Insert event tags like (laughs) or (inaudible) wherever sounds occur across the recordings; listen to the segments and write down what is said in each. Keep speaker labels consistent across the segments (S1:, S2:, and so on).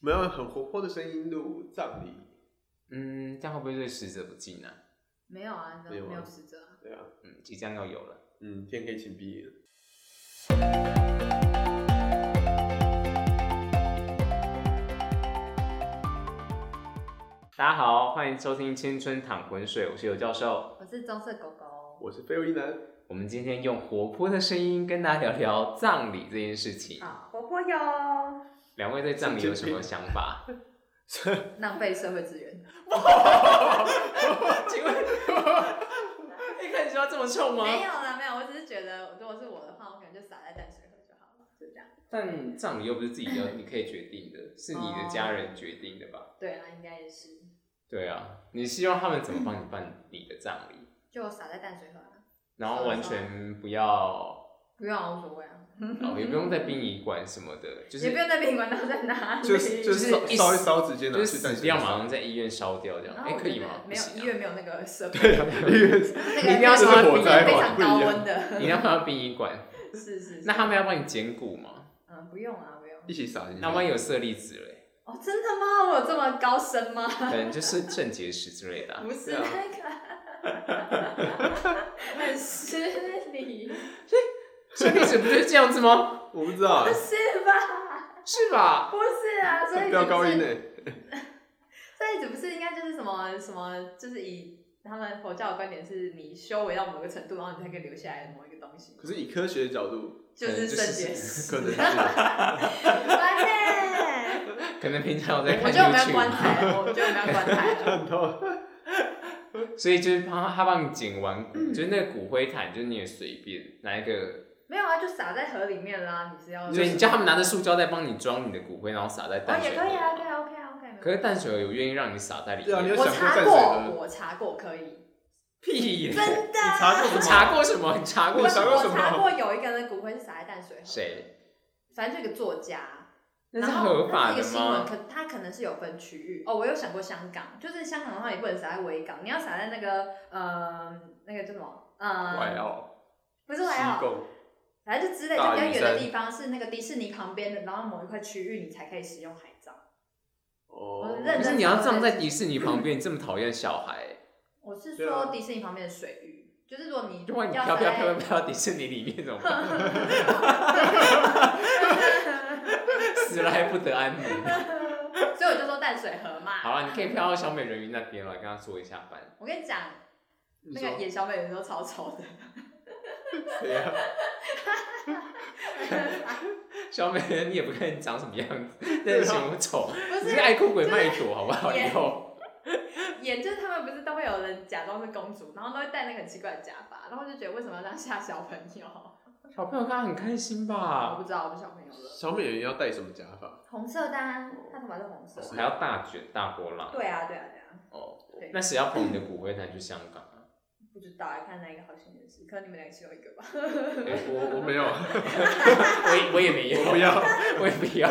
S1: 没有很活泼的声音录葬礼，
S2: 嗯，这样会不会对死者不敬啊？
S3: 没有啊，你
S1: 没
S3: 知
S1: 有
S3: 道
S1: 啊
S3: 没有死者啊，
S1: 对啊，
S2: 嗯，即将要有了。
S1: 嗯，天黑请闭眼。
S2: 大家好，欢迎收听《青春淌浑水》，我是尤教授。
S3: 我是棕色狗狗
S1: 我是废物一男，
S2: 我们今天用活泼的声音跟大家聊聊葬礼这件事情。
S3: 啊，活泼哟，
S2: 两位对葬礼有什么想
S3: (laughs)
S2: 法？
S3: 浪费社会资源，
S2: 请问一开始就要这么臭吗？
S3: 没有啦，没有，我只是觉得如果是我的话，我可能就洒在淡水河就好了，就这样。
S2: 但葬礼又不是自己要，你可以决定的，是你的家人决定的吧？
S3: 对啊，应该也是，
S2: 对啊，你希望他们怎么帮你办你的葬礼，
S3: 就洒在淡水河啊，
S2: 然后完全不要，
S3: 不用啊，无所谓啊，
S2: 哦，也不用在殡仪馆什么的，就
S3: 也
S2: 是
S3: 不用在宾馆到在哪里，
S1: 就是就是烧
S2: 一
S1: 烧一烧，直接拿
S2: 就是
S1: 去淡
S2: 死
S1: 水
S2: 掉
S1: 烧
S2: 马上在医院烧掉这样，
S3: 然
S2: 哎、
S3: 后我
S2: 可
S3: 觉
S2: 以
S3: 得
S2: 吗？不
S3: 没有
S2: 行啊
S3: 医院没有那个设备，
S1: 对啊，
S2: (laughs)
S1: (laughs) 因为
S3: 那个
S2: 你一定要
S3: 那个
S2: 说它
S3: 是
S2: 火灾
S3: 非
S2: 吧
S3: 常
S1: 不一样
S3: 高温
S2: 你 (laughs)
S3: 的，
S2: 要放到殡仪馆，
S3: 是是。
S2: 那他
S3: 们
S2: 们要帮你剪骨吗？
S3: 嗯，不用啊，不用。
S1: 一起撒进去。
S2: 那万一有色粒子嘞，
S3: 哦，真的吗？我有这么高深吗？
S2: 可能就是肾结石之类
S3: (laughs)
S2: 的啊、
S3: 不是
S1: 对啊
S3: 那个，很失礼，
S2: 肾结石不就是这样子吗？
S1: 我不知道啊
S3: 不，是吧？
S2: 是吧？
S3: 不是啊，所以
S1: 飙高音欸
S3: 你
S1: 呢
S3: 不是，？所以你不是应该就是什么什么，就是以他们佛教的观点是你修为到某个程度，然后你才可以留下来的某一个东西，
S1: 可是以科学的角度，
S3: 就
S2: 可能
S3: 是
S2: 就是
S3: 圣洁石。
S1: 可能
S3: (laughs)
S1: 是
S3: 完蛋！
S2: 可能平常有在
S3: 我
S2: 看
S3: 觉得我们要关
S2: YouTube，
S3: 台了，我觉得我们要关台了。
S1: 看到
S2: (laughs) 所以就是帮他他帮你剪完骨，
S3: 嗯
S2: 就是那个骨灰坛，就是你也随便拿一个，
S3: 没有啊，就撒在河里面啦。你是要？
S2: 所以你叫他们拿着塑胶袋帮你装你的骨灰，然后撒在
S3: 哦，
S2: 淡水
S3: 也
S2: 里。
S3: 可以啊，对啊，OK 啊，OK 没问题。
S2: 可是淡水河有愿意让你撒在里
S1: 对啊你
S2: 面？
S1: 有
S3: 我
S1: 想过
S3: 查
S1: 淡水河
S3: 过，我查过可以，
S2: 屁
S3: 真
S2: 咧！
S3: 的
S1: 你查过什
S2: (laughs) 你
S1: 么
S2: 查过什么？你查
S3: 我
S2: 过
S3: 我
S1: 你
S2: 什
S1: 查
S2: 么？
S1: 过什么
S3: 查过有一个人的骨灰是撒在淡水河，
S2: 谁？
S3: 反正就有一个作家，
S2: 那
S3: 然
S2: 是
S3: 后
S2: 合法的
S3: 那是一个新闻，
S2: 吗？
S3: 可他可能是有分区域哦。我有想过香港，就是香港的话，你不能撒在维港，你要撒在那个呃那个叫什么呃
S1: 外
S2: 哦
S1: 澳、
S3: 不是
S1: 西
S3: 外澳，
S1: 贡，
S3: 反正就之类就
S1: 大
S3: 比较
S1: 屿
S3: 远的
S1: 山
S3: 地方，是那个迪士尼旁边的，然后某一块区域你才可以使用海葬。
S1: 哦，
S3: 认
S2: 可
S3: 真
S2: 是你要葬在迪士尼旁边，你这么讨厌小孩、
S3: 我是
S1: 对啊
S3: 说迪士尼旁边的水域，就是如果你
S2: 如果你
S3: 要
S2: 飘
S3: 撒
S2: 飘
S3: 在
S2: 飘飘飘到迪士尼里面怎么
S3: (laughs)
S2: 办？死了还不得安宁。
S3: (laughs) 所以我就说淡水河嘛。
S2: 好了，你可以飘到小美人鱼那边了，跟他说一下班。
S3: 我跟你讲，
S1: 你
S3: 那
S1: 说
S3: 个演小美人都超
S1: (laughs)
S3: 丑的，
S1: 谁啊？
S2: 小美人你也不看你长什么样子，但是嫌我丑，
S3: 不
S2: 你
S3: 是
S2: 是爱哭鬼卖朵好不好？
S3: 就是
S2: 以后
S3: (laughs) 演，就是他们不是都会有人假装是公主，然后都会戴那个很奇怪的假发，然后就觉得为什么要这样吓小朋友？
S2: 小朋友看很开心
S3: 我
S2: 吧？
S3: 不知道，我不是小朋友了。
S1: 小美人要戴什么假发？
S3: 红色的、啊，他头发是红色的。
S2: 还要大卷大波浪
S3: 对啊，对啊，对啊， (laughs)
S2: 哦
S3: 对。
S2: 那谁要捧你的骨灰坛去香港啊？
S3: 不知道，看哪一个好心人士，可能你们两个其中一个吧。 (laughs)
S2: 哎
S1: 我我没
S2: (laughs)
S1: 有，
S2: 我也我也没有，
S1: 我不要，
S2: 我也不
S3: (laughs)
S2: 要。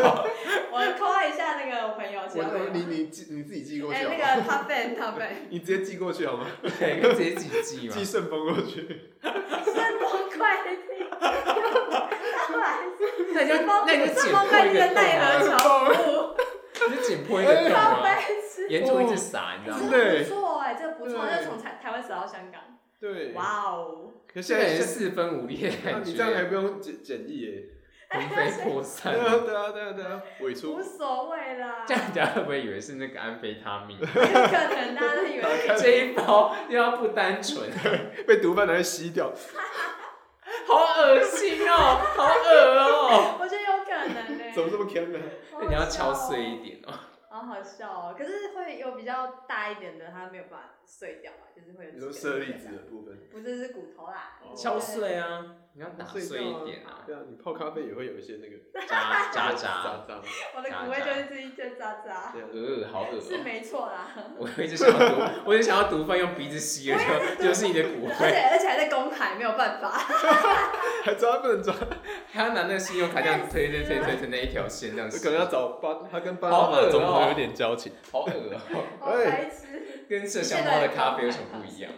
S3: 我扣一下那个我朋友，其他朋
S1: 我你
S3: 友。
S1: 你寄你自己寄过
S3: 哎、
S1: 去好吗？
S2: 啊
S3: 那个 top fan
S2: (laughs)
S3: top fan，
S1: 你直接寄过去好吗？
S2: 对，跟自己几季嘛
S1: 寄。顺丰过去，
S3: 顺丰快递，
S2: 那你就
S3: 顺丰
S2: 那你就
S3: 顺
S2: 剪
S3: 丰
S2: 破
S3: 快
S2: 一
S3: 递
S2: 个
S3: 的
S2: 洞
S3: 奈
S2: 啊
S3: 何桥
S2: 你就剪破一个洞 (laughs)
S3: 超
S1: 哎
S2: 啊，
S3: 白痴。
S2: 沿途一直撒，你知道
S3: (laughs) 这
S2: 吗？
S3: 个不错哎、这个不错，
S1: 对
S3: 那从台台湾走到香港，
S1: 对。
S3: 哇
S1: (laughs)
S3: 哦！
S1: 可是现
S2: 现在
S1: 在
S2: 人四分五裂的
S1: 那哦
S2: 感觉，
S1: 你这样还不用简简易耶？
S2: 魂飞
S3: (laughs)
S2: 魄散
S1: 对。啊 (laughs) 对啊对啊对啊，伪出
S3: 无所
S1: (laughs)
S3: 谓啦，
S2: 这样人家会不会以为是那个安非他命？
S3: 有可能大家都
S1: (laughs)
S3: 以为
S2: 这一包又要不单纯，
S1: 被毒贩拿去吸掉，
S2: 好恶心哦，好恶哦。
S3: 我觉得有可能
S1: (laughs)
S3: 欸呢、
S1: 怎么这么坑啊？
S3: 好好笑哦
S2: 那你要敲碎一点哦。
S3: 好好笑哦。可是会有比较大一点的，它没有办法碎掉吧？就是会有。
S1: 你说舍利子的，部分，
S3: 不是是骨头啦，
S1: 哦
S2: 敲碎啊！你要打碎一
S1: (laughs)
S2: 点啊，
S1: 对啊，你泡咖啡也会有一些那个
S2: 渣渣
S1: 渣
S2: 渣，
S1: 渣，
S3: 我的骨灰就是这一圈渣渣，
S1: 对啊，
S2: 呃，好恶
S3: 是
S2: 哦。
S3: 没错啦。
S2: 我一直想要毒，我一直想要毒贩用鼻子吸了，就就是你的骨
S3: 而
S2: 灰，
S3: 且而且还在公海，没有办法。
S1: 还抓不能抓，
S2: 还要拿那个信用卡这样推推推推推那一条线这样
S1: 我
S2: 子，
S1: 可能要找巴，他跟巴拿
S2: 好恶
S1: 马
S2: 哦
S1: 总统有点交情，
S2: 好恶哦，
S3: 好白痴，
S2: 跟麝香猫的咖啡有什么不一样？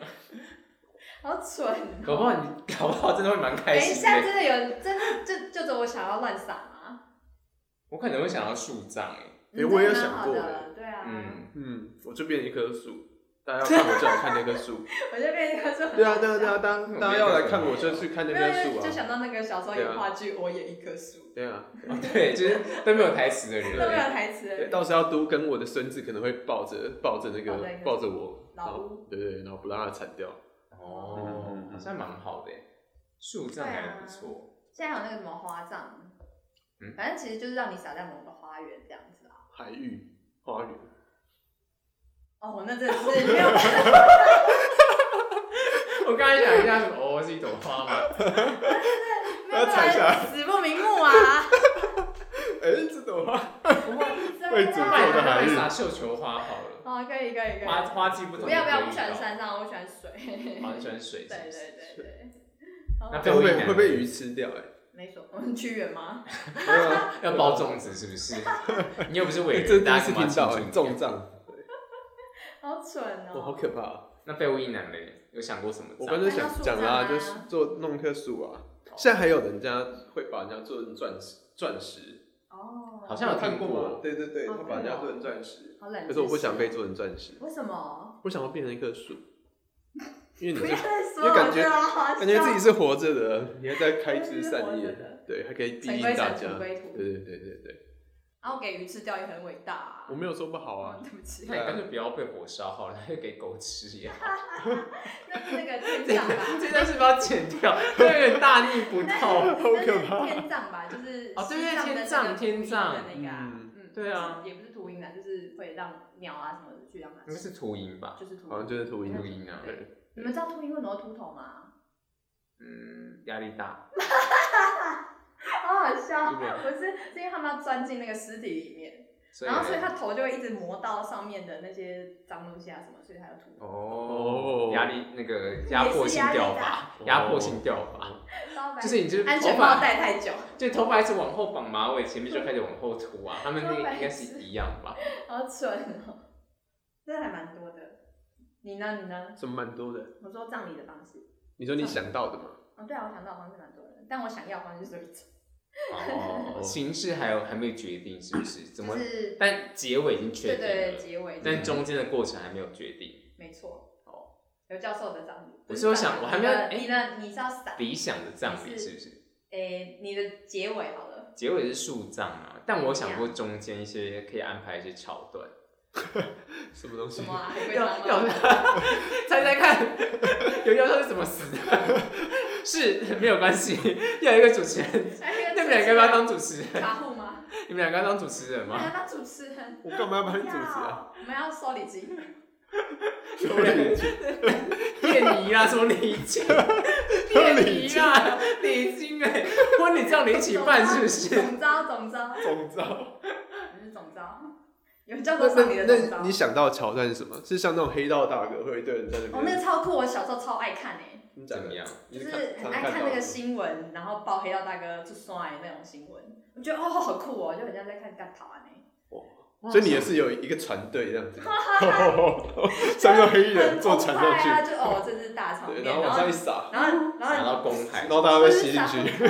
S3: 好蠢。
S2: 搞不好你搞不好真的会蛮
S3: 等
S1: 欸
S2: 开
S3: 一
S2: 心
S3: 下，
S2: 的。
S3: 真的有，真的就就着我想要乱撒吗？
S2: 我可能会想要树葬哎、
S1: 诶我也有想过欸
S3: 嗯这个蛮好的对啊，
S2: 嗯，
S1: 嗯，我就变一棵树，大家要看我就来看那棵树。
S3: 我就变一棵树。
S1: 对啊，对啊，对啊，大家大家要来看我就去看那
S3: 没
S1: 棵
S3: 有，
S1: 树
S3: 就就
S1: 啊。
S3: 想到那个小时候演话剧，我演一棵树，
S1: 对啊，
S2: 哦对，就是都没有台词的
S3: 都没有
S2: 人，
S3: 台词的
S1: 对啊
S3: 人，
S1: 到时候要多跟我的孙子可能会抱着抱着那
S3: 抱着
S1: 个
S3: 那个
S1: 抱着我，然
S3: 老
S1: 后
S3: 屋
S1: 对对，然后不让它铲掉。嗯
S2: 哦，好像蛮好的耶，树葬还不错，
S3: 现在还有那个什么花葬，
S2: 嗯
S3: 反正其实就是让你撒在某个花园这样子啊。
S1: 海芋花园，
S3: 哦，那真
S1: (laughs)
S3: 的是没有，啊
S2: 我刚才想一下，什么哦是一朵花嘛，
S3: 没有
S1: 要踩下来
S3: 办法死不瞑目啊！
S1: 哎，这朵 (laughs) 花
S3: 会
S1: (laughs) 会诅咒
S2: 不然
S1: 的海
S2: 你们
S1: 芋
S2: 撒绣球花好了，
S3: 哦，可以可以可以。
S2: 花花季不同
S3: 不要不要，我不喜
S2: 选
S3: 欢，山上，我喜欢
S1: (laughs)
S3: 水。
S2: 好哦喜欢水，
S3: 对对对对。
S2: 那
S1: 会
S2: 被
S1: 不
S2: 我
S1: 会
S2: 一看
S1: 会被鱼吃掉？哎，
S3: 没错，我们屈原吗？
S1: 没有啊，
S2: 要包粽子是不是？你又不是 (laughs)
S1: (laughs)
S2: 伟
S3: (laughs)
S1: 这这
S2: 人，
S1: 第一
S2: 大家
S1: 次
S2: 干嘛
S1: 听到，哎
S2: 庆，祝
S1: 重
S2: 你？
S1: 障，
S3: 好蠢
S1: 我好
S3: 哦！
S1: 可怕啊。
S2: 那被窝一男嘞，有想过什么
S1: 我
S2: 葬？
S1: 刚才想讲啦，
S3: 那
S1: 就
S3: 树葬啊
S1: 是做弄一棵树啊。现在还有人家会把人家做成钻石，钻石
S3: 哦，
S2: 好像有
S1: 看
S2: 听过
S1: 吗？对对对，
S3: 好
S1: 他把人家做成钻石，
S3: 好冷。
S1: 可是我不想被。做成钻石，
S3: 为什么？
S1: 我想要变成一棵树，因为你
S3: 不
S1: 是
S3: 要再说
S1: 因为
S3: 了，
S1: 感觉
S3: 真的好好笑
S1: 感觉自己是活着的，你还在开枝散
S3: 我是活着
S1: 叶
S3: 的，
S1: 对，还可以庇
S3: 尘
S1: 应
S3: 归
S1: 大
S3: 尘，
S1: 家
S3: 土。归
S1: 对
S3: 土。
S1: 对对对对，
S3: 然后给鱼吃掉也很伟大啊。
S1: 我没有说不好啊
S3: (laughs) 嗯，，对不起，
S2: 那你干脆不要被火烧好了，给狗吃也好。
S3: 那是那个天
S2: 这
S3: 葬吧，
S2: 这段是不是要剪掉？这有点大逆不道。
S1: (laughs) 好可
S3: (laughs) 那
S1: 怕
S3: 是天葬吧，就是
S2: 哦对对
S3: 西藏
S2: 天葬
S3: 的那个
S2: 天
S3: 秃鹰
S2: 葬
S3: 的那个啊，
S1: 嗯
S3: 嗯，
S2: 对啊
S3: 也不是秃鹰啊，就是会让鸟啊什么的去让它
S2: 应该
S3: 吃，
S2: 是秃鹰吧？
S3: 就是秃
S1: 好像
S3: 鹰。
S1: 就是秃鹰
S2: 秃鹰啊
S1: 对
S3: 你们知道秃鹰为什么秃头吗？ (laughs)
S2: 嗯，压力大。
S3: 好好笑，
S1: 是吗
S3: 不是，是因为他们要钻进那个尸体里面，
S2: 所以
S3: 然后所以
S2: 呢
S3: 他头就会一直磨到上面的那些脏东西啊什么，所以他就秃头，
S2: 哦，压力那个压迫性掉发，
S1: 也是压力大
S2: 压迫性掉发，
S3: 糟白
S2: 就是你就是
S3: 哦安
S2: 头
S3: 全帽
S2: 发，
S3: 戴
S2: (laughs)
S3: 太久，
S2: 就头发一直往后绑马尾，前面就开始往后秃啊。他们那
S3: (laughs)
S2: 个
S3: 头发
S2: 应该是一样
S3: (laughs)
S2: 吧？
S3: 好蠢哦，这还蛮多的。你呢？你呢？
S1: 什么蛮多的。
S3: 我说葬礼的方式。
S1: 你说你想到的嘛？
S3: 哦，对啊，我想到好像是蛮多人，但我想要好像就只有一种，
S2: 哦，形式还有还没有决定是不是？怎么
S3: 就？是
S2: 但结尾已经确
S3: 对对
S2: 定了
S3: 对，结尾，
S2: 但中间的过程还没有决定。
S3: 没错。
S2: 哦，
S3: 刘教授的葬礼，
S2: 我是有想我还没有
S3: 你的
S2: 哎
S3: 你呢？你是要散？
S2: 理想的葬礼是不是？
S3: 诶，你的结尾好了，
S2: 结尾是树葬啊，但我有想过中间一些可以安排一些桥段。
S1: 什么东西
S3: 什？
S2: (laughs)
S3: 么啊？回归
S2: 要
S3: 葬
S2: 要
S3: 吗？
S2: 猜猜看， (laughs) 刘教授是怎么死的？ (laughs) 是没有关系，要有一个主持人。
S3: (laughs) 哎
S2: 你们两个要不要当主持人？
S3: 卡户吗？
S2: 你们两个要当主持人
S3: 我们
S2: 吗？
S3: 要当主持人，
S1: 我干嘛要帮你
S3: 不
S1: 主
S3: 要
S1: 持啊？？
S3: 我们要收
S2: (laughs)
S3: 礼金，哎
S2: 你们两个骗你啊，什么礼
S3: (laughs)
S2: 金？骗你啊，礼金哎，婚礼葬礼一起办是不是？
S3: 总招总招，
S1: 中招。
S3: 你是总招， (laughs) 有教
S1: 那
S3: 授上你的总
S1: 那
S3: 招
S1: 那。你想到的桥段是什么？是像那种黑道大哥会有一堆人在那边。
S3: 哦，那个超酷，我小时候超爱看诶。
S1: 你
S2: 怎
S1: 讲
S2: 么
S1: 的
S2: 样？
S3: 就是很爱看那个新闻，然后爆黑道大哥就衰那种新闻，我觉得哦好酷哦，就很像在看干桃啊那，
S1: 所以你也是有一个船队这样 (laughs) 子，上面有黑衣人坐船上
S3: 很澎湃啊，
S1: 去，
S3: 就 (laughs) 哦这是大场面，
S1: 对，然后
S3: 然
S1: 往上一撒，
S3: 然后然
S2: 拿
S3: 后
S2: 到公海
S1: 然，后大家被吸进去。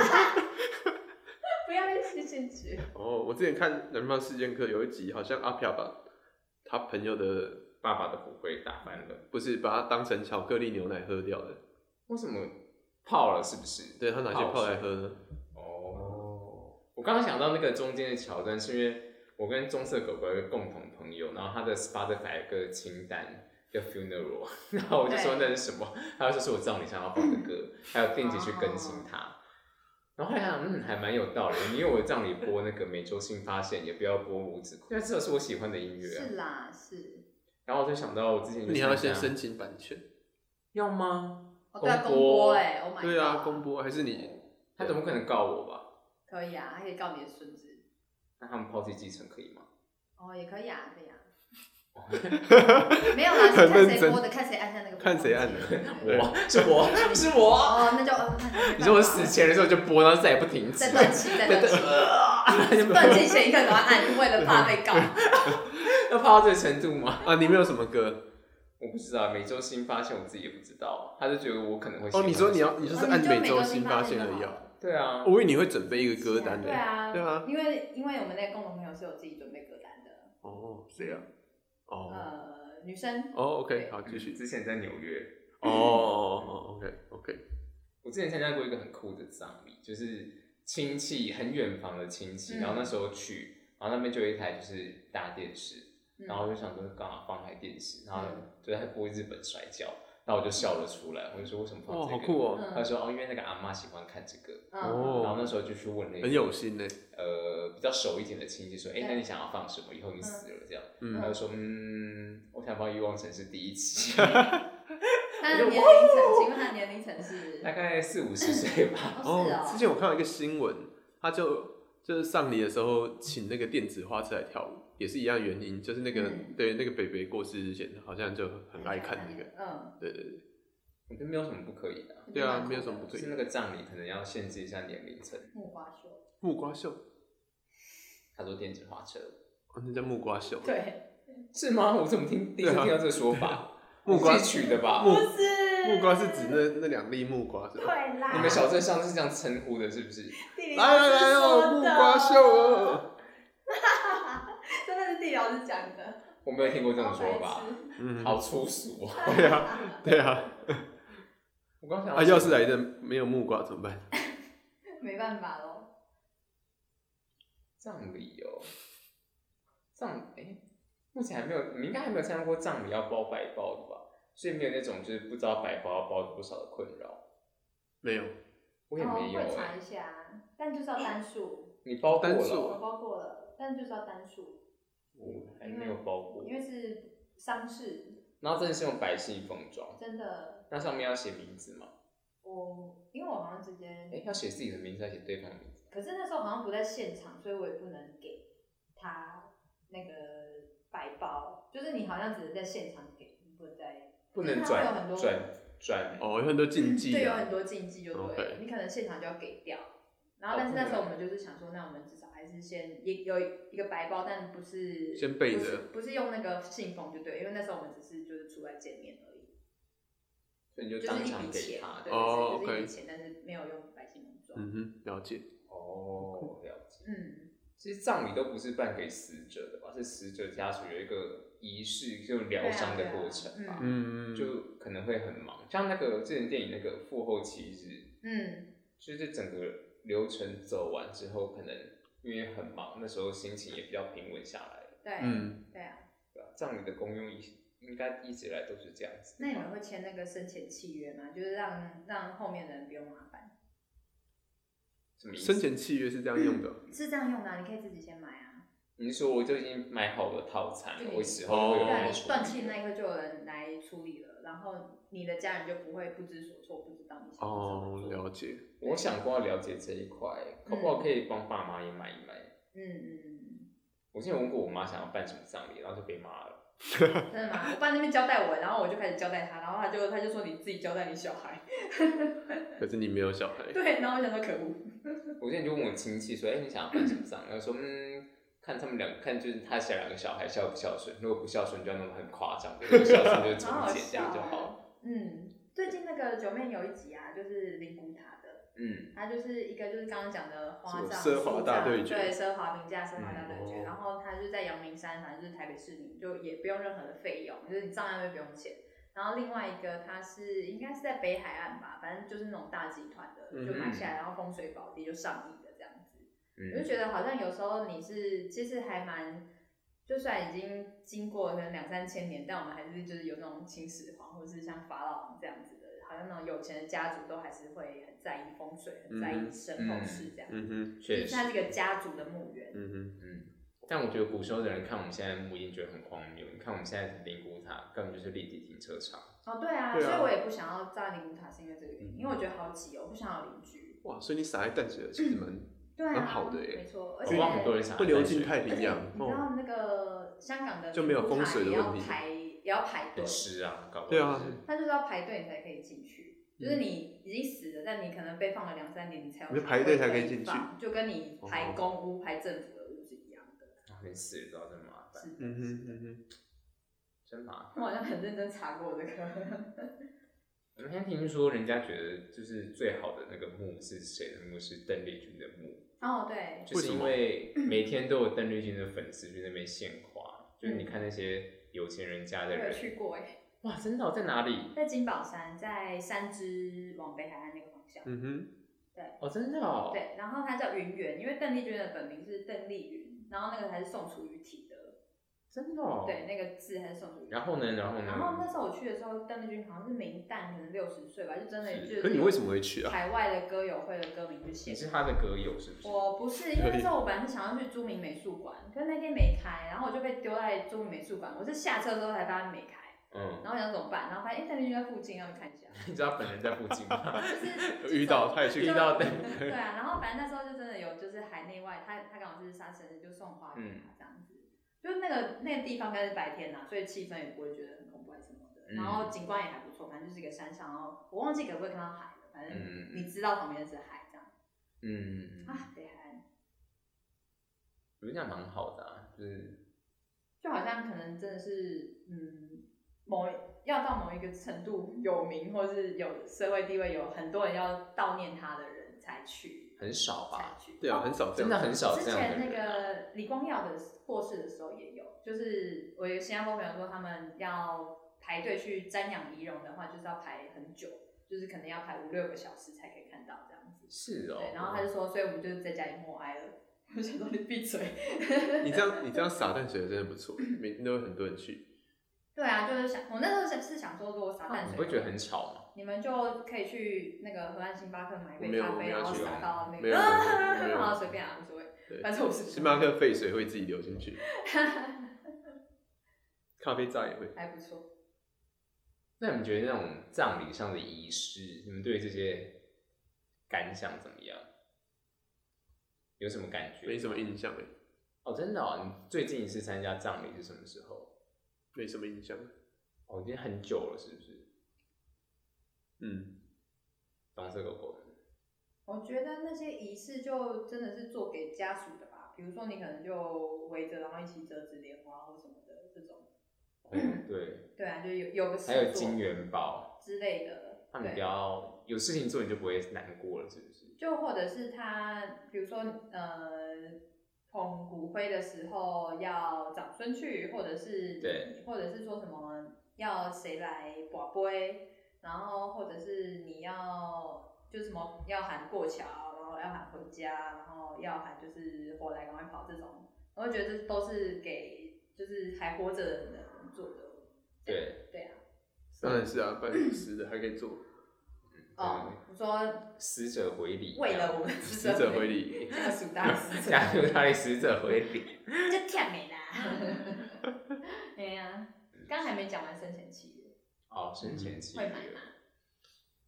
S3: 不要被吸进去，
S1: (laughs) 哦，我之前看《南方四剑客》有一集，好像阿飘吧，他朋友的
S2: 爸爸的骨灰打翻了。
S1: 不是把它当成巧克力牛奶喝掉的，
S2: 为什么泡了是不是？
S1: 对他拿去泡来喝呢？
S2: 哦，我刚刚想到那个中间的桥段，是因为我跟棕色狗狗有一个共同朋友，然后他的 Spotify 有个清单叫 funeral，然 (laughs) 后我就说那是什么，他就说是我葬礼上要放的歌，还有定期去更新它。然后后来想，嗯，还蛮有道理，因为我葬礼播那个每周新发现，也不要播五指，因为这首是我喜欢的音乐啊、
S3: 是啦是，
S2: 然后我就想到我之前
S1: 你还要
S2: 先
S1: 先申请版权，
S2: 要吗？
S3: 哦对啊
S2: 公
S3: 公
S2: 播
S3: 播哎，Oh my god，
S1: 对啊，公播还是你
S2: 他怎么可能告我吧？
S3: 可以啊，还可以告你的孙子，
S2: 那他们抛弃继承可以吗？
S3: 哦也可以啊，
S1: (laughs)
S3: 可以啊。没有啦，是
S1: 很
S3: 看
S1: 认
S3: 谁
S1: 真
S3: 播的，看谁按下那个播放
S1: 看谁按的
S3: 键。
S1: 对
S2: 我 (laughs) 是我是我。
S3: 哦，那就哦，那
S2: 你说我死前的时候就播，然后再也不停止
S3: 再，断气，
S2: (laughs)
S3: 再
S2: 对
S3: 断
S2: 对，
S3: 气， (laughs) 断气前一刻赶快按，为了怕被告。
S2: 要泡到这个程度吗？
S1: 啊？你们有什么歌？
S2: (laughs) 我不知道，每周新发现我自己也不知道，他就觉得我可能会
S1: 哦，你说你要，你就是
S3: 哦
S1: 按
S3: 你
S1: 每
S3: 就
S1: 周
S3: 周
S1: 新
S3: 新
S1: 发
S3: 发
S1: 现
S3: 现
S1: 而已
S3: 就
S1: 啊
S3: 好。。
S2: 对啊，
S1: 我以为你会准备一个歌单的。
S3: 对啊，
S1: 对啊
S3: 因为因为我们那个共同朋友是有自己准备歌单的，
S1: 哦，谁啊？哦，
S3: 呃，女生，
S1: 哦，OK，好，继续。
S2: 之前在纽约，
S1: 哦哦哦，OK，OK，
S2: 我之前参加过一个很酷的葬礼，就是亲戚很远房的亲戚，
S3: 嗯
S2: 然后那时候去，然后那边就有一台就是大电视，
S3: 嗯
S2: 然后我就想说干嘛放台电视，然后就在播日本摔跤，然后我就笑了出来，我就说为什么放
S1: 哇，
S2: 这个？
S1: 好酷哦，
S2: 他
S3: 嗯
S2: 说哦，因为那个阿妈喜欢看这个，
S3: 嗯
S1: 哦
S2: 然后那时候就去问那个
S1: 很有心呢。
S2: 呃比较熟一点的亲戚说，哎、
S3: 对
S2: 那你想要放什么？以后你死了这样，
S1: 嗯，
S2: 他就说嗯，我想放《欲望城市》第一
S3: (laughs)
S2: 期，
S3: 她的年龄层，请问她的年龄层是？
S2: 大概四五十岁吧。 (laughs)
S3: 哦，是哦，
S1: 之前我看到一个新闻，他就就是上礼的时候请那个电子花痴来跳舞，也是一样原因，就是那个
S3: 嗯
S1: 对那个北北过世之前，好像就很爱看那个，
S3: 嗯，
S1: 对对对，
S2: 我觉得没有什么不可以的、啊，
S3: 我觉得
S1: 对啊
S3: 蛮酷的
S1: 没有什么不对
S2: 就是那个葬礼可能要限制一下年龄层。
S3: 木瓜秀，
S1: 木瓜秀，
S2: 他说电子花车
S1: 哦，那叫木瓜秀，
S3: 对，
S2: 是吗？我怎么听第一次
S1: 对啊
S2: 听到这个说
S1: (laughs)
S2: 法？
S1: 木瓜
S2: 你自己取的
S3: (laughs)
S2: 吧？
S1: 木
S3: 是
S1: 木瓜是指那那两粒木瓜是吧？
S3: 对啦，
S2: 你们小镇上是这样称呼的，是不是？
S3: 地理
S1: 来
S3: 老
S1: 来
S3: 师
S1: 来哦，
S3: 说
S1: 木
S3: 的
S1: 瓜秀，
S3: (laughs)
S1: 哦，
S3: 真的是地理老师讲的，
S2: 我没有听过这种
S3: (laughs)
S2: 说
S3: 好
S2: 法
S3: 白，痴
S1: 嗯，
S2: 好粗俗哦！ (laughs)
S1: 对
S3: (laughs)
S1: 啊，对啊，
S2: 我刚想到
S1: 啊，要是来的没有木瓜怎么办？
S3: 没办法喽。
S2: 葬礼哦，葬哎、目前还没有，你应该还没有参加过葬礼要包白包的吧？所以没有那种就是不知道白包要包多少的困扰，
S1: 没有，
S2: 我也没有
S3: 哦会
S2: 哎、
S3: 查一下，但就是要单数，
S2: 你包过
S1: 单
S2: 了
S1: 数
S3: 我
S2: 哦？
S3: 包括了，但就是要单数，
S2: 我还没有包过
S3: 因，为是丧事，
S2: 然后真的是用白信封装，
S3: 真的，
S2: 那上面要写名字嘛？
S3: 我因为我好像直接
S2: 哎、，要写自己的名字，还是写对方的名字？
S3: 可是那时候好像不在现场，所以我也不能给他那个白包，就是你好像只能在现场给，你不能在，
S2: 不能
S3: 因为它会有很
S2: 转
S3: 多
S2: 转转
S1: 哦，有很多禁忌
S3: 嗯对，有
S1: 啊
S3: 很，多禁忌就对了
S1: OK 哦
S3: 你可能现场就要给掉。然后，但是那时候我们就是想说，那我们至少还是先也有一个白包，但不是
S1: 先备着
S3: 不是，不是用那个信封就对，因为那时候我们只是就是出来见面而已，
S2: 所以你就
S3: 就是
S2: 当
S3: 一
S2: 场
S3: 笔
S2: 给
S3: 钱，
S2: 他
S3: 对
S2: 的。
S1: 哦
S3: 对
S1: OK
S3: 对，就是一笔钱，但是没有用白信封装。
S1: 嗯哼，了解，
S2: 哦，了解。
S3: 嗯，
S2: 其实葬礼都不是办给死者的吧，是死者家属有一个仪式，就疗伤
S3: 啊
S2: 的过程吧，
S1: 嗯，
S2: 就可能会很忙。像那个之前电影那个《父后七日
S3: 嗯，》，
S2: 就是整个流程走完之后，可能因为很忙，那时候心情也比较平稳下来了，
S3: 对，
S1: 嗯，
S3: 对啊。
S2: 对吧？葬礼的功用一应该一直以来都是这样子。
S3: 那你们会签那个生前契约吗？就是让让后面的人不用麻烦，
S2: 什么意
S1: 生
S2: 思？
S1: 前契约是这样用的，
S3: (laughs) 是这样用的啊、你可以自己先买啊。
S2: 你是说我就已经买好了套餐
S3: 对
S2: 了，我死后会
S1: 哦
S2: 有
S3: 对啊，
S2: 人
S3: 你
S2: 处
S3: 断
S2: 理
S3: 气那一刻就有人来处理了，然后你的家人就不会不知所措，不知道你想要怎
S1: 哦
S3: 么，做。
S1: 了解，
S2: 我想过要了解这一块，可不好可以帮爸妈也买一买？
S3: 嗯嗯，
S2: 我之前问过我妈想要办什么葬礼，然后就被骂了。
S3: 嗯真的吗？我爸那边交代我，然后我就开始交代他，然后他就他就说你自己交代你小孩。 (laughs)
S1: 可是你没有小孩，
S3: 对，然后我想说可恶。
S2: 我之前就问我亲戚说：“哎、你想要办什么葬礼？”他说：“嗯，看他们两看就是他小两个小孩孝不孝顺，如果不孝顺就要弄得很夸张，如果孝顺就是
S3: 好好
S2: 从简这样就
S3: 笑哦
S2: 好了。
S3: 嗯，最近那个九妹有一集啊，就是灵骨塔的，”
S2: 嗯，
S3: 它就是一个就是刚刚讲的花葬、
S1: 什么奢华大对决
S3: 树葬对奢华名价奢华大对决，
S1: 嗯哦
S3: 然后它就在阳明山，反正就是台北市民，就也不用任何的费用，就是你葬在那边不用钱。然后另外一个它是应该是在北海岸吧，反正就是那种大集团的，
S1: 嗯
S3: 就买下来，然后风水宝地就上亿的这样子。我
S2: 嗯
S3: 就觉得好像有时候你是其实还蛮，就算已经经过可能两三千年，但我们还是就是有那种秦始皇或是像法老王这样子的，好像那种有钱的家族都还是会很在意风水，很在意身后事这样。
S1: 嗯哼，
S2: 确实
S3: 它，是一个家族的墓园，
S1: 嗯哼，
S2: 嗯。但我觉得古时候的人看我们现在的墓一定觉得很荒谬。你看我们现在的灵骨塔根本就是立体停车场，
S3: 哦，对啊，
S1: 对啊
S3: 所以我也不想要葬灵骨塔，是因为这个原因，
S2: 嗯
S3: 因为我觉得好挤哦，我不想要邻居。
S1: 哇，所以你撒在淡水的其实蛮
S3: 对啊，
S1: 蛮好的耶
S3: 没错，
S2: 我
S3: 而且
S2: 不知道很多人想
S1: 会
S2: 要
S1: 流
S2: 淡水
S1: 进太
S3: 而且
S1: 平
S3: 你知
S1: 洋哦，
S3: 道那个香港的
S1: 就没有
S3: 灵骨塔
S1: 风水的
S3: 也要
S1: 问题
S3: 排也要排队
S2: 很，湿啊，搞不好
S1: 对啊
S2: 就是
S3: 他就是要排队你才可以进去，就是你已经死了，但你可能被放了两三年，你才有
S1: 你就排队才可以进去
S3: 机会被放就跟你排
S1: 哦
S3: 公屋、排政府的屋是一样的。
S2: 然后你啊死了之后真麻烦，
S3: 是的，
S1: 嗯哼
S3: 是的
S1: 嗯
S2: 真麻烦。
S3: 我好像很认真查过这个，
S2: 我先听说人家觉得就是最好的那个墓是谁的墓？是邓丽君的墓，
S3: (laughs) 哦，对，
S2: 就是因为每天都有邓丽君的粉丝去那边献花，就是你看那些有钱人家
S3: 嗯我
S2: 的
S3: 有
S2: 人，
S3: 去过哎，
S2: 哇，真的哦、在哪里？
S3: 在金宝山，在三支往北海岸那个方向。
S1: 嗯哼，
S2: 哦，真的哦，，
S3: 对，然后它叫云园，因为邓丽君的本名是邓丽云，然后那个还是宋楚瑜体的，
S2: 真的哦，
S3: 对，，那个字还是宋楚瑜。
S2: 然后呢，然后呢，
S3: 然后那时候我去的时候，邓丽君好像是明旦，可能六十岁吧，就真的
S2: 是
S3: 就是。
S1: 可你为什么会去啊？
S3: 海外的歌友会的歌名去写
S2: 你？是他的歌友是不是？
S3: 我不是，因为那时候我本来是想要去朱明美术馆，可是那天没开，然后我就被丢在朱明美术馆。我是下车之后才发现没开，
S2: 嗯， (laughs)
S3: 然后我想怎么办，然后发现哎，邓丽君在附近，要去
S1: (laughs)
S3: 看一下。
S2: 你知道本人在附近
S3: (laughs)
S2: 吗？
S3: 就是
S1: 遇到他也去
S2: 遇到的，
S3: 对啊，然后反正那时候就真的有，就是海内外，他他刚好就是他生日，就送花给
S1: 嗯
S3: 他这样子。就是那个那个地方应该是白天啊啦，所以气氛也不会觉得很恐怖还是什么的。
S2: 嗯
S3: 然后景观也还不错，反正就是一个山上，然后我忘记可不可以看到海了，反正
S2: 嗯
S3: 你知道旁边是海这样。
S2: 嗯，
S3: 啊，北海岸
S2: 我觉得这样蛮好的、啊，就是
S3: 就好像可能真的是嗯某要到某一个程度有名，或是有社会地位，有很多人要悼念他的人才去
S2: 很少
S3: 才
S2: 吧，
S3: 去。
S1: 对啊，
S3: 哦
S1: 很少这
S2: 真
S1: 样。
S2: 的很少
S3: 之
S2: 这样的
S3: 前那
S2: 人啊、
S3: 个李光耀的过世的时候也有，就是我有新加坡朋友说他们要排队去瞻仰仪容的话，就是要排很久，就是可能要排五六个小时才可以看到这样子。
S2: 是哦，
S3: 对，然后他就说，所以我们就是在家里默哀了。 (laughs) 我想说你闭嘴。
S1: 你这样你这样撒淡水的真的不错，每天都有很多人去。
S3: 对啊，就是想我那时候是是想说，如果
S1: 哦
S3: 撒淡
S2: 你
S3: 水，
S2: 会觉得很吵吗？
S3: 你们就可以去那个河岸星巴克买一
S1: 我没
S3: 杯
S1: 有
S3: 咖
S1: 我没
S3: 啡，
S1: 有
S3: 然后
S1: 去啊
S2: 哦
S3: 撒到
S1: 没有
S3: 那 (laughs) 个，
S1: 没有没有
S3: 好随便啊，无所谓，
S1: 对，
S3: 反正我是
S1: 星巴克废水会自己流进去，咖啡渣也会。
S3: (laughs) 还不错。
S2: 那你们觉得那种葬礼上的仪式，你们对这些感想怎么样？有什么感觉？
S1: 没什么印象哎，
S2: 哦，真的哦，你最近一次参加葬礼是什么时候？
S1: 没什么印象。
S2: 哦，已经很久了，是不是？
S1: 嗯，
S2: 黄色狗狗，
S3: 我觉得那些仪式就真的是做给家属的吧，比如说你可能就围着，然后一起折纸莲花或什么的这种。
S2: 哦，对，
S3: 对啊，就有有个事
S2: 还有
S3: 做
S2: 金元宝，
S3: 之类的，
S2: 那你不
S3: 对，
S2: 要有事情做，你就不会难过了，是不是？
S3: 就或者是他，比如说呃，捧骨灰的时候要长孙去，或者是
S2: 对，
S3: 或者是说什么要谁来把杯，然后或者是你要就是什么要喊过桥，然后要喊回家，然后要喊就是火来赶快跑这种，我会觉得这都是给就是还活着的人做的。
S2: 对，
S3: 对啊，
S1: 当然是啊，办死的还可以做， (laughs)
S3: 哦，我说
S2: 死者回礼，
S3: 为了
S2: (laughs)
S3: 我们死
S1: 死者回礼。
S3: (laughs) 这个
S1: (laughs)
S3: 属大死者，
S2: 加入他的死者回礼，
S3: 就跳没啦。哎呀，刚刚还没讲完生前契约，
S2: 哦，生前契
S3: 嗯会
S2: 约
S3: 买吗？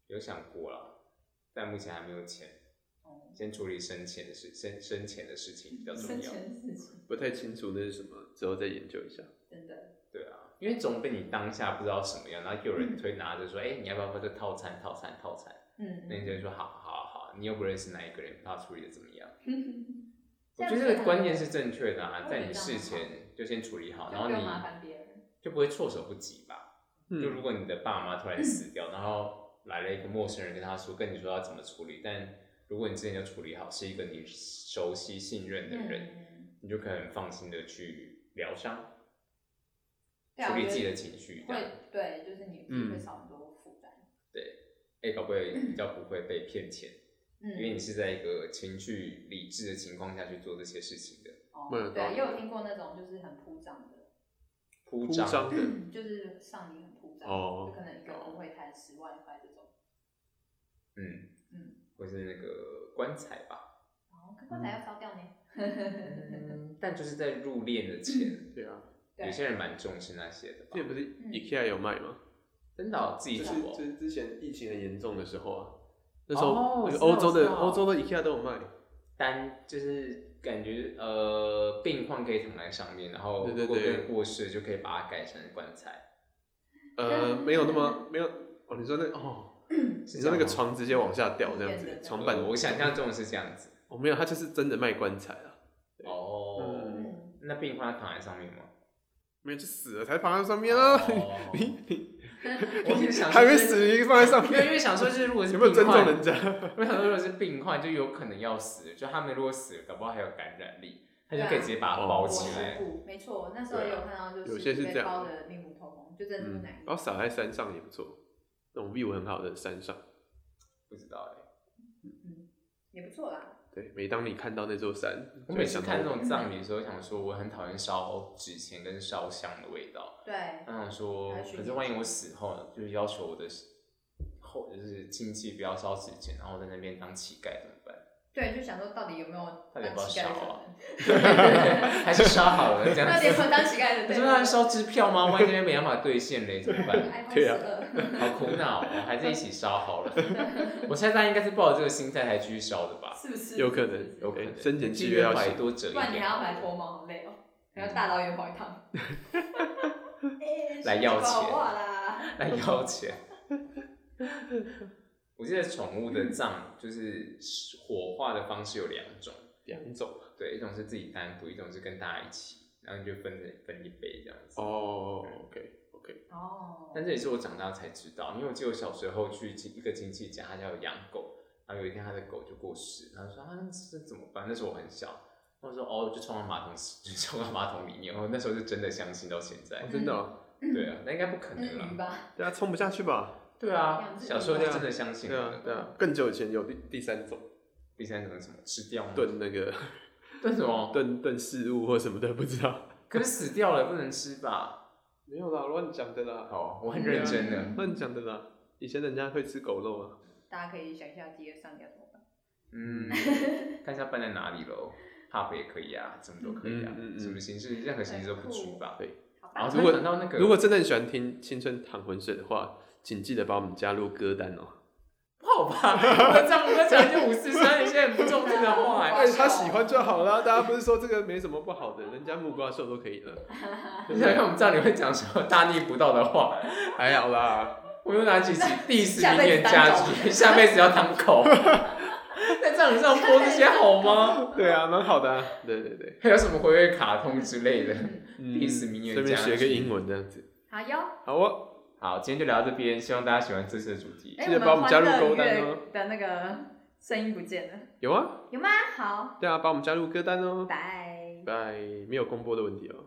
S2: 有想过了，但目前还没有钱。
S3: 哦，
S2: 先处理生前的事，生生前的事情比较重
S3: 生
S2: 要。
S3: 前事情，
S1: 不太清楚那是什么，之后再研究一下。
S3: 真的，
S2: 对啊，因为总比你当下不知道什么样，然后又有人推拿着说，哎、你要不要喝这套餐？套餐，套餐。
S3: 嗯， (laughs)
S2: 那你就会说，好啊好好，你又不认识哪一个人，不知道处理的怎么样。
S3: 这
S2: 我
S3: 样
S2: 觉
S3: 子
S2: 得这个观念是正确的
S3: 我
S2: 啊，
S3: 觉得
S2: 在你事前就先处理好，然
S3: 就
S2: 后
S3: 不用麻烦
S2: 你
S3: 别人。
S2: 就不会措手不及吧？就如
S1: 嗯，
S2: 果你的爸妈突然
S3: 嗯
S2: 死掉，然后来了一个陌生人跟他说，跟你说要怎么处理，但如果你之前就处理好，是一个你熟悉信任的人，
S3: 嗯，
S2: 你就可以很放心的去疗伤。
S3: 对啊，
S2: 处理自己
S3: 我
S2: 的
S3: 觉
S2: 情绪，啊嗯
S3: 得
S2: 这样
S3: 会，对，就是你自己会少很多负担。
S2: 哎，宝贝比较不会被骗钱，
S3: 嗯，
S2: 因为你是在一个情绪理智的情况下去做这些事情的。
S3: 哦
S1: 没有
S3: 对
S1: 道
S3: 啊，
S1: 理
S3: 也有听过那种就是很铺张的，
S2: 铺
S1: 铺张的，
S3: (laughs) 就是上你很铺张，
S1: 哦
S3: 就可能一个人会谈十万块这种。
S2: 嗯
S3: 嗯，
S2: 或是那个棺材吧。
S3: 哦，可棺材要烧掉呢。
S2: 嗯但就是在入殓的前，
S1: 对啊，
S3: 嗯对
S2: 有些人蛮重视那些的吧
S1: 这。不是 IKEA 有卖吗？
S2: 真的哦自己
S1: 就
S2: 煮
S1: 是就
S2: 哦，
S1: 是嗯之前疫情很严重的时候啊，那时候
S2: 哦我
S1: 那
S2: 知
S1: 个
S2: 道
S1: 欧洲
S2: 我知
S1: 的
S2: 道
S1: 欧洲的 IKEA 都有卖，
S2: 单就是感觉呃病患可以躺在上面，然后
S1: 对对
S2: 如果
S1: 对
S2: 人过世就可以把它改成棺材。
S1: 呃，没有那么没有哦，你说那哦，
S2: 是
S1: 你说那个
S2: 这样吗
S1: 床直接往下掉这样
S3: 对对
S1: 子，
S3: 对
S1: 床板
S2: 呃我想象中的是这样子。
S1: 哦没有，他就是真的卖棺材啊，对
S2: 哦，
S1: 嗯
S3: 嗯，
S2: 那病患要躺在上面吗？
S1: 没有就死了才放在上面啊， (laughs)
S2: 哦
S1: 你你
S2: (laughs) (laughs) 我是想说
S1: 还没
S2: 就是
S1: 死，你放在上
S2: 没有，因
S1: 面，
S2: 为想说就是如果是
S1: 有没有尊
S2: 病
S1: 重
S2: 患
S1: 人家？
S2: 我想说，如果是病患，就有可能要死，就他们如果死了，搞不好还有感染力，他就
S1: 啊
S2: 可以直接把它包
S1: 好
S2: 起来。
S3: 我没错，那时候也有看到，就是
S1: 啊有些是
S3: 被
S1: 这样
S3: 包的密不透风，就真的是不
S1: 嗯
S3: 难，
S1: 然后撒在山上也不错，那种 view 很好的山上。
S2: 不知道哎、
S3: 嗯也不错啦。
S1: 对，每当你看到那座山，
S2: 我
S1: 就会
S2: 每次
S1: 想到
S2: 看那种葬礼的时候，想说我很讨厌烧纸钱跟烧香的味道。
S3: 对，
S2: 那想说，可是万一我死后呢，就是要求我的后就是亲戚不要烧纸钱，然后在那边当乞丐怎么办？ (laughs)
S3: 对，就想说到底有没有
S2: 到底要
S3: 当
S2: 不要
S3: 乞丐的可
S2: 烧啊 (laughs)
S3: 能？
S2: 还是烧好了这样
S3: 到底有没
S2: 子？
S3: 有当乞丐的
S2: 可
S3: 对
S2: 是
S3: 象？
S2: 那烧支票吗？万一那边没办法兑现
S3: (laughs)
S2: 嘞，怎么办？
S3: iPhone
S1: 对啊
S3: 12
S2: 好苦恼哦，还是一起烧好
S3: (laughs)
S2: 了。我猜大家应该是抱着这个心态才去烧的吧？
S3: 是不是？
S1: 有可能
S2: 有可能，
S1: 哎生前契约要
S2: 买
S1: 写
S2: 多折一
S3: 不然你
S2: 点
S3: 还
S2: 好
S3: 要
S2: 了，
S3: 买脱毛，好累哦，还要大老远跑一趟。
S1: 嗯
S3: 哎
S2: 来要钱
S3: 说话啦，
S2: 来要钱。我记得宠物的葬就是火化的方式有两种，
S1: 两种
S2: 对，一种是自己单独，一种是跟大家一起，然后你就分着分一杯这样子。
S1: 哦，OK (laughs) OK，
S3: 哦，
S2: 但这也是我长大才知道，因为我记得我小时候去亲一个亲戚家，他家有养狗，然后有一天他的狗就过世，然后说啊这怎么办？那时候我很小，我说哦就冲到马桶洗，就冲到马桶里面，我那时候是真的相信到现在
S1: 哦，真的哦，
S2: 对啊，那应该不可
S3: 那是
S2: 能
S3: 鱼
S2: 啦，
S3: 吧？
S1: 对啊，冲不下去吧？
S2: 对啊，小时候就真的相信
S1: 对啊
S2: 了。
S1: 对啊，更久以前有第第三种
S2: 第三种是什么？吃掉吗？
S1: 炖那个
S2: 炖什么？
S1: (laughs) 炖炖事物或什么的，不知道。
S2: 可是死掉了不能吃吧？
S1: (laughs) 没有啦，乱讲的啦，
S2: 哦，我很认真的，
S1: 乱讲的啦。以前人家会吃狗肉啊，
S3: 大家可以想一下，第二上要怎么办？
S2: 嗯，看一下办在哪里喽。哈佛也可以啊，什么都可以啊，
S1: 嗯嗯嗯
S2: 什么形式，任何形式都不拘吧。
S3: 好吧
S2: 然后
S1: 如果
S2: 等到那个，
S1: 如果真的很喜欢听《青春淌浑水》的话，请记得把我们加入歌单哦。
S2: 好 (laughs) 吧，我这样我讲就五四三，你现在很不重视的话、 (laughs)
S3: 哎
S1: 哎，他喜欢就好啦，大家不是说这个没什么不好的，人家木瓜瘦都可以了，
S2: 你想看我们葬礼会讲什么大逆不道的话？
S1: 还好啦。
S2: 我们又拿起起 diss 名言佳 (laughs) 句，下辈子要当 (laughs) 狗。在葬礼上播这些好吗？
S1: 对啊，蛮好的啊。对对对，
S2: 还有什么回味卡通之类的？
S1: 嗯
S2: 第四名也
S1: 顺便
S2: 加
S1: 学个
S2: 进
S1: 英文这样子。
S3: 好哟，
S1: 好哦，
S2: 好，今天就聊到这边，希望大家喜欢这次的主题。
S3: 哎
S1: 记得把我们加入
S3: 欢乐
S1: 勾单
S3: 乐
S1: 哦
S3: 的那个声音不见了，
S1: 有啊，
S3: 有吗？好，
S1: 对啊，把我们加入歌单哦。
S3: 拜。
S1: 拜，没有公播的问题哦。